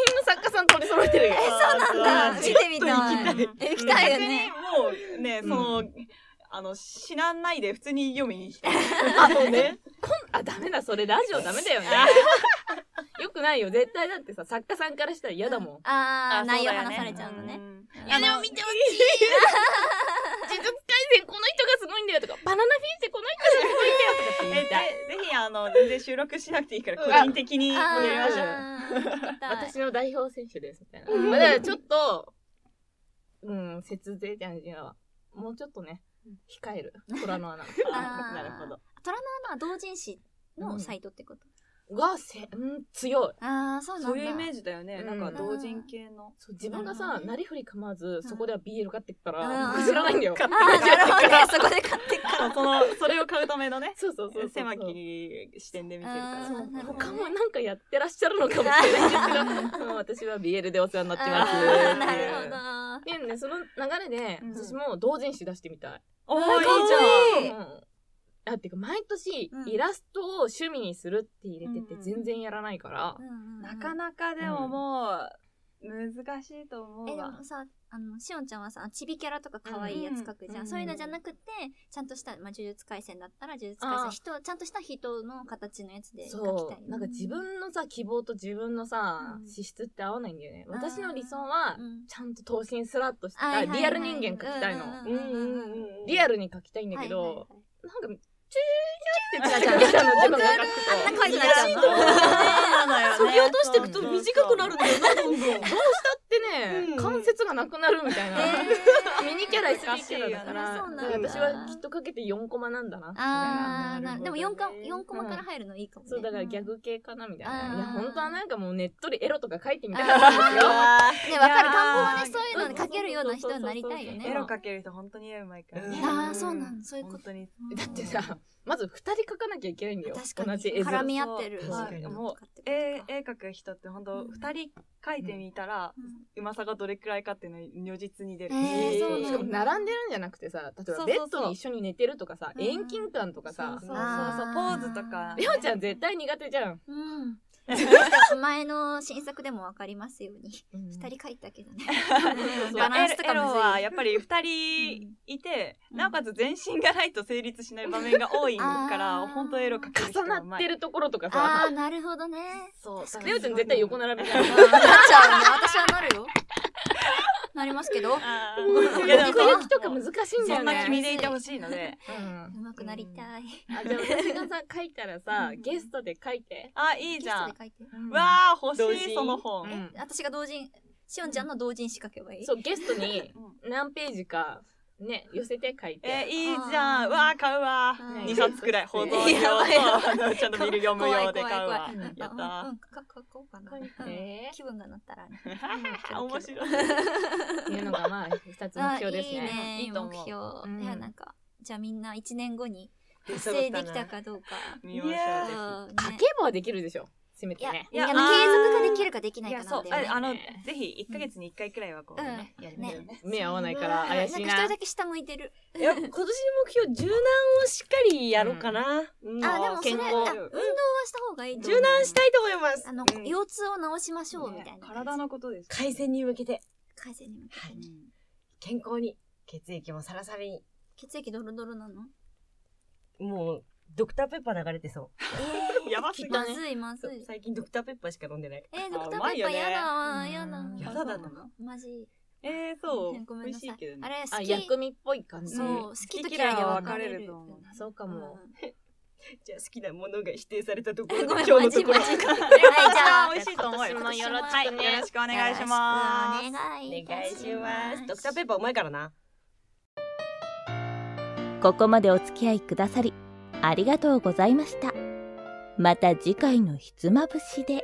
[SPEAKER 5] 品の作家さん取り揃えてるよ
[SPEAKER 4] そう
[SPEAKER 3] なんだ *laughs* 見てみたいえ行きたいよ
[SPEAKER 2] 逆に
[SPEAKER 3] ね
[SPEAKER 2] もうねその、あの死なないで普通
[SPEAKER 3] *laughs*
[SPEAKER 2] に読みに来て
[SPEAKER 5] あ、そうね。こん、あ、ダメだ、それラジオダメだよね。よくないよ絶対だってさ作家さんからしたら嫌だも
[SPEAKER 3] *laughs*
[SPEAKER 5] ん
[SPEAKER 3] あ
[SPEAKER 2] あ
[SPEAKER 3] ー、内容
[SPEAKER 2] そうだよね
[SPEAKER 3] 話されちゃうのね。
[SPEAKER 2] ん
[SPEAKER 5] いやでも見てほしい呪術廻戦この人がすごいんだよとかバナナフィンセこの人がすごいんだよとかっ
[SPEAKER 2] えで
[SPEAKER 5] て言
[SPEAKER 2] ぜ
[SPEAKER 5] いたい
[SPEAKER 2] ひあの全然収録しなくていいから個人的にお
[SPEAKER 3] あ
[SPEAKER 2] 願いしましょう
[SPEAKER 3] ー聞きたい
[SPEAKER 5] 私の代表選手ですみたいな。
[SPEAKER 3] うん
[SPEAKER 5] まあだからちょっと、うん、節税じゃん、いや、もうちょっとね、控える。虎の穴。
[SPEAKER 3] *laughs* あー
[SPEAKER 5] なるほど。
[SPEAKER 3] 虎の穴は同人誌のサイトってこと、
[SPEAKER 5] が、せ、うん、強い。
[SPEAKER 3] ああそうなんだ
[SPEAKER 2] そういうイメージだよね、
[SPEAKER 5] うん
[SPEAKER 2] なんか同人系の
[SPEAKER 5] そう自分が
[SPEAKER 3] なる
[SPEAKER 5] さ
[SPEAKER 3] ほ、どね
[SPEAKER 5] なりふり構わず、そこでは BL 買ってっか
[SPEAKER 3] うん
[SPEAKER 5] ら、僕知らないんだよ。
[SPEAKER 3] ああなるほどねそこで買ってく
[SPEAKER 2] そうそのそれを買うためのね
[SPEAKER 5] *laughs* そうそうそうそう。
[SPEAKER 2] 狭き視点で見てるから
[SPEAKER 5] そう
[SPEAKER 3] あーなるほどね
[SPEAKER 5] 他もなんかやってらっしゃるのかもしれないですけど、うん私は BL でお世話になってます。
[SPEAKER 3] あーな
[SPEAKER 5] っていう
[SPEAKER 3] る
[SPEAKER 5] でね、その流れで、
[SPEAKER 2] うん
[SPEAKER 5] 私も同人誌出してみたい。
[SPEAKER 2] おー
[SPEAKER 3] ほ
[SPEAKER 2] い
[SPEAKER 3] ど
[SPEAKER 2] い
[SPEAKER 3] いいじ
[SPEAKER 5] うん、あてか毎年
[SPEAKER 3] うん
[SPEAKER 5] イラストを趣味にするって入れてて
[SPEAKER 2] うんうん
[SPEAKER 5] 全然やらないから、
[SPEAKER 2] じゃんなかなかでももう難しいと
[SPEAKER 3] え
[SPEAKER 2] 思
[SPEAKER 3] で
[SPEAKER 2] うわ
[SPEAKER 3] もさあのしおんちゃんはさちびキャラとか可愛いやつ描くじゃん、
[SPEAKER 5] うん
[SPEAKER 3] そういうのじゃなくてちゃんとした、まあ、呪術廻戦だったら呪術廻
[SPEAKER 5] あー
[SPEAKER 3] 戦人ちゃんとした人の形のやつで描きた
[SPEAKER 5] そ
[SPEAKER 3] いう
[SPEAKER 5] なんか自分のさ希望と自分のさ、
[SPEAKER 3] うん
[SPEAKER 5] 資質って合わないんだよね
[SPEAKER 3] ん
[SPEAKER 5] 私の理想は
[SPEAKER 3] うん
[SPEAKER 5] ちゃんと等身スラッとし
[SPEAKER 3] はいはい
[SPEAKER 5] た
[SPEAKER 3] はい
[SPEAKER 5] リアル人間描きたいの
[SPEAKER 3] うんうんうんうん
[SPEAKER 5] リアルに描きたいんだ
[SPEAKER 3] は
[SPEAKER 5] け
[SPEAKER 3] い
[SPEAKER 5] ど、
[SPEAKER 3] はいはい
[SPEAKER 5] なんかチューチューってなっちゃ
[SPEAKER 3] *laughs*
[SPEAKER 5] うの自分が
[SPEAKER 3] あんな
[SPEAKER 5] 描く
[SPEAKER 3] 可愛くなっちゃうの
[SPEAKER 2] そうなのよね
[SPEAKER 4] そぎ落としていくと短くなるんだよな、どんどん。
[SPEAKER 5] とどうしたってね、
[SPEAKER 4] うん
[SPEAKER 5] 関節がなくなるみた
[SPEAKER 3] *laughs*
[SPEAKER 5] いな、
[SPEAKER 3] えー
[SPEAKER 5] ミニキャラ SD キャラだから
[SPEAKER 3] そうなんだ
[SPEAKER 5] だから私はきっとかけて4コマなんだなみたいな。
[SPEAKER 3] あーなるでも
[SPEAKER 4] なる
[SPEAKER 3] 4
[SPEAKER 4] ほ
[SPEAKER 3] か
[SPEAKER 4] どね
[SPEAKER 3] 四コマから入るのいいかもね
[SPEAKER 5] そうだからギャグ系かなみたい
[SPEAKER 3] あ
[SPEAKER 5] な。
[SPEAKER 3] ー
[SPEAKER 5] いや本当はなんかもうねっとりエロとか書いてみたかったんですよ。
[SPEAKER 2] あ
[SPEAKER 3] ねわか
[SPEAKER 2] いや
[SPEAKER 3] る
[SPEAKER 2] ー
[SPEAKER 3] 田んぼはねそういうのに描けるような人になりたいよ
[SPEAKER 2] ー
[SPEAKER 5] そう
[SPEAKER 2] エ
[SPEAKER 3] ね
[SPEAKER 5] そう
[SPEAKER 2] ロ描ける人本当に絵うまいから
[SPEAKER 4] うん
[SPEAKER 3] ああそうなんだそういうこ
[SPEAKER 2] 本
[SPEAKER 3] と
[SPEAKER 2] 当に
[SPEAKER 3] うん
[SPEAKER 5] だってさまず2人書かなきゃいけないんだよ。
[SPEAKER 3] 確か
[SPEAKER 5] 同
[SPEAKER 3] に
[SPEAKER 5] じ絵面
[SPEAKER 3] 絡み合ってる
[SPEAKER 4] 確かに
[SPEAKER 3] 人
[SPEAKER 2] もう
[SPEAKER 3] とかってことか
[SPEAKER 2] 絵絵描く人って本
[SPEAKER 3] う
[SPEAKER 2] 当
[SPEAKER 3] ん
[SPEAKER 2] 二人描いてみたら
[SPEAKER 3] うん
[SPEAKER 2] うまさがどれくらいかっていうのは如実に出る
[SPEAKER 3] えーそうなんだ
[SPEAKER 5] しかも並んでるんじゃなくてさ例えばベッドに一緒に寝てるとかさ
[SPEAKER 3] そうそう
[SPEAKER 5] 遠近感とかさ
[SPEAKER 2] そうそうそう
[SPEAKER 3] あー
[SPEAKER 2] ポーズとか
[SPEAKER 5] りょうちゃん絶対苦手じゃん。
[SPEAKER 3] うん。前の新作でも分かりますように。
[SPEAKER 5] 二
[SPEAKER 3] 二人書いたけどね。
[SPEAKER 2] いや
[SPEAKER 3] バランスとか
[SPEAKER 2] エロエ
[SPEAKER 3] む
[SPEAKER 2] ロ
[SPEAKER 3] ずい
[SPEAKER 2] はやっぱり二人いて、
[SPEAKER 3] うん
[SPEAKER 2] なおかつ全身がないと成立しない場面が多いか
[SPEAKER 3] あ
[SPEAKER 2] ら
[SPEAKER 3] ー
[SPEAKER 2] 本当エロ描ける人
[SPEAKER 5] 重
[SPEAKER 2] はうま
[SPEAKER 5] なっ
[SPEAKER 2] い
[SPEAKER 5] てるところとか
[SPEAKER 3] あ
[SPEAKER 5] さ
[SPEAKER 3] あ、なるほどね。
[SPEAKER 2] そう
[SPEAKER 3] 確かに
[SPEAKER 5] りょうちゃん絶対横並びじゃん
[SPEAKER 3] なっちゃうね。私はなるよ。なりますけど。
[SPEAKER 2] あ
[SPEAKER 5] 奥 *laughs*
[SPEAKER 2] ーいやでも
[SPEAKER 5] 行きとか難しいんだ
[SPEAKER 2] そ
[SPEAKER 5] よ
[SPEAKER 2] んな
[SPEAKER 5] ね。
[SPEAKER 2] 君でいてほしいので
[SPEAKER 5] うん
[SPEAKER 3] うまくなりたい。
[SPEAKER 5] あじゃあ私がさ書いたらさ
[SPEAKER 3] うん
[SPEAKER 5] ゲストで書いて。
[SPEAKER 2] あいいじゃん
[SPEAKER 3] ゲストで書いて。
[SPEAKER 2] わあ欲
[SPEAKER 5] 同
[SPEAKER 2] し
[SPEAKER 5] 時
[SPEAKER 2] いその本、
[SPEAKER 5] うん
[SPEAKER 3] 私が同人、しおんちゃんの同人誌書けばいい。
[SPEAKER 5] そうゲストに何ページかね寄せて書いて、
[SPEAKER 2] えーいいじゃんわあ買うわ
[SPEAKER 3] うん
[SPEAKER 2] 二冊くらい保存用と
[SPEAKER 3] *laughs* やばいやば
[SPEAKER 2] あ *laughs* のちゃんと見る読む用で買うわ
[SPEAKER 5] 怖い怖い怖い
[SPEAKER 2] やった
[SPEAKER 3] う
[SPEAKER 2] ー
[SPEAKER 3] ん、か書こうかな。
[SPEAKER 5] 書い
[SPEAKER 3] うん
[SPEAKER 5] て
[SPEAKER 3] 気分がなったらね。
[SPEAKER 2] あー面白い
[SPEAKER 5] っていうのがまあ一つ目
[SPEAKER 3] あ、い
[SPEAKER 5] 標です
[SPEAKER 3] い
[SPEAKER 5] ね。
[SPEAKER 3] ね。いい
[SPEAKER 5] と
[SPEAKER 3] 目
[SPEAKER 5] 思う
[SPEAKER 3] 標。い
[SPEAKER 5] ん
[SPEAKER 3] や、なんか、じゃあみんな一年後に達成できたかどうか。
[SPEAKER 2] 見ましょう
[SPEAKER 3] いやー
[SPEAKER 5] 書
[SPEAKER 3] ね
[SPEAKER 5] けばできるでしょ。せめ
[SPEAKER 3] い
[SPEAKER 5] て
[SPEAKER 3] や、
[SPEAKER 5] ね。
[SPEAKER 2] いや
[SPEAKER 3] あの
[SPEAKER 2] あー
[SPEAKER 3] 継続ができるかでき
[SPEAKER 2] い
[SPEAKER 3] ない
[SPEAKER 2] や
[SPEAKER 3] か
[SPEAKER 2] そう
[SPEAKER 3] な
[SPEAKER 2] ん
[SPEAKER 3] だよ
[SPEAKER 2] あ
[SPEAKER 3] ね。
[SPEAKER 2] あのぜひ一ヶ月に一回くらいはこうね、やりましょうね
[SPEAKER 5] 目合わないから怪しいな。
[SPEAKER 3] んか一人
[SPEAKER 5] う
[SPEAKER 3] だけ下向いてる。
[SPEAKER 4] いや今年の目標柔軟をしっかりやろうかな、う
[SPEAKER 3] あ、で
[SPEAKER 4] ん
[SPEAKER 3] もそれ、あ
[SPEAKER 5] 健
[SPEAKER 3] 運
[SPEAKER 5] 康
[SPEAKER 3] 動はした方がいいと思う。
[SPEAKER 4] 柔軟したいと思います
[SPEAKER 3] あの、
[SPEAKER 4] うん
[SPEAKER 3] 腰痛を治しましょうみたいな。
[SPEAKER 2] 体。のことです
[SPEAKER 4] 改善に向けて
[SPEAKER 3] 改善に向けてね。
[SPEAKER 4] 健康に血液もサラサラに
[SPEAKER 3] 血液ドロドロなの
[SPEAKER 4] もうドクターペッパー流れてそ
[SPEAKER 2] *laughs* やばすぎ
[SPEAKER 5] きっと
[SPEAKER 3] ま
[SPEAKER 5] ね
[SPEAKER 3] ずいまず
[SPEAKER 4] う
[SPEAKER 3] い。
[SPEAKER 4] 最近ドクターペッパーしか飲んでない
[SPEAKER 3] えー、ドクタ
[SPEAKER 2] う
[SPEAKER 3] ー
[SPEAKER 2] ま
[SPEAKER 3] ペ
[SPEAKER 2] い
[SPEAKER 3] ッ
[SPEAKER 2] よ
[SPEAKER 3] パー
[SPEAKER 2] ね
[SPEAKER 3] やだわ、やだ
[SPEAKER 5] うん。
[SPEAKER 2] やだな
[SPEAKER 3] マジ。
[SPEAKER 2] えー、そう
[SPEAKER 3] ごめ
[SPEAKER 2] 美
[SPEAKER 3] んな
[SPEAKER 2] 味し
[SPEAKER 3] さい
[SPEAKER 2] いけどね
[SPEAKER 3] あれ、
[SPEAKER 5] あ
[SPEAKER 3] 好
[SPEAKER 5] 薬
[SPEAKER 3] き。
[SPEAKER 5] 味っぽい感じ。
[SPEAKER 3] そう、
[SPEAKER 2] うん
[SPEAKER 3] 好きと嫌いで分かれ
[SPEAKER 2] 好き嫌いが分かれる
[SPEAKER 3] る
[SPEAKER 2] と思う。
[SPEAKER 5] そうかも。
[SPEAKER 4] じゃあ好きなものが否定されたとこ
[SPEAKER 3] う
[SPEAKER 4] ろ
[SPEAKER 3] んご
[SPEAKER 4] で
[SPEAKER 3] めん、
[SPEAKER 4] 今日
[SPEAKER 3] マ
[SPEAKER 4] のと
[SPEAKER 3] ジ
[SPEAKER 4] こ
[SPEAKER 3] マ
[SPEAKER 4] ろ
[SPEAKER 3] ジ。はい、じゃあ
[SPEAKER 2] あ。美味しいと思うよ
[SPEAKER 5] 今年もよろし
[SPEAKER 2] はい、よ
[SPEAKER 5] くね。
[SPEAKER 2] ろしくお願いしま
[SPEAKER 3] よ
[SPEAKER 2] す
[SPEAKER 3] ろしくお願い
[SPEAKER 4] お
[SPEAKER 3] いた
[SPEAKER 4] 願いしますドクターペ
[SPEAKER 3] ッ
[SPEAKER 4] ッパーうまいからな
[SPEAKER 1] ここまでお付き合いくださりありがとうございましたまた次回のひつまぶしで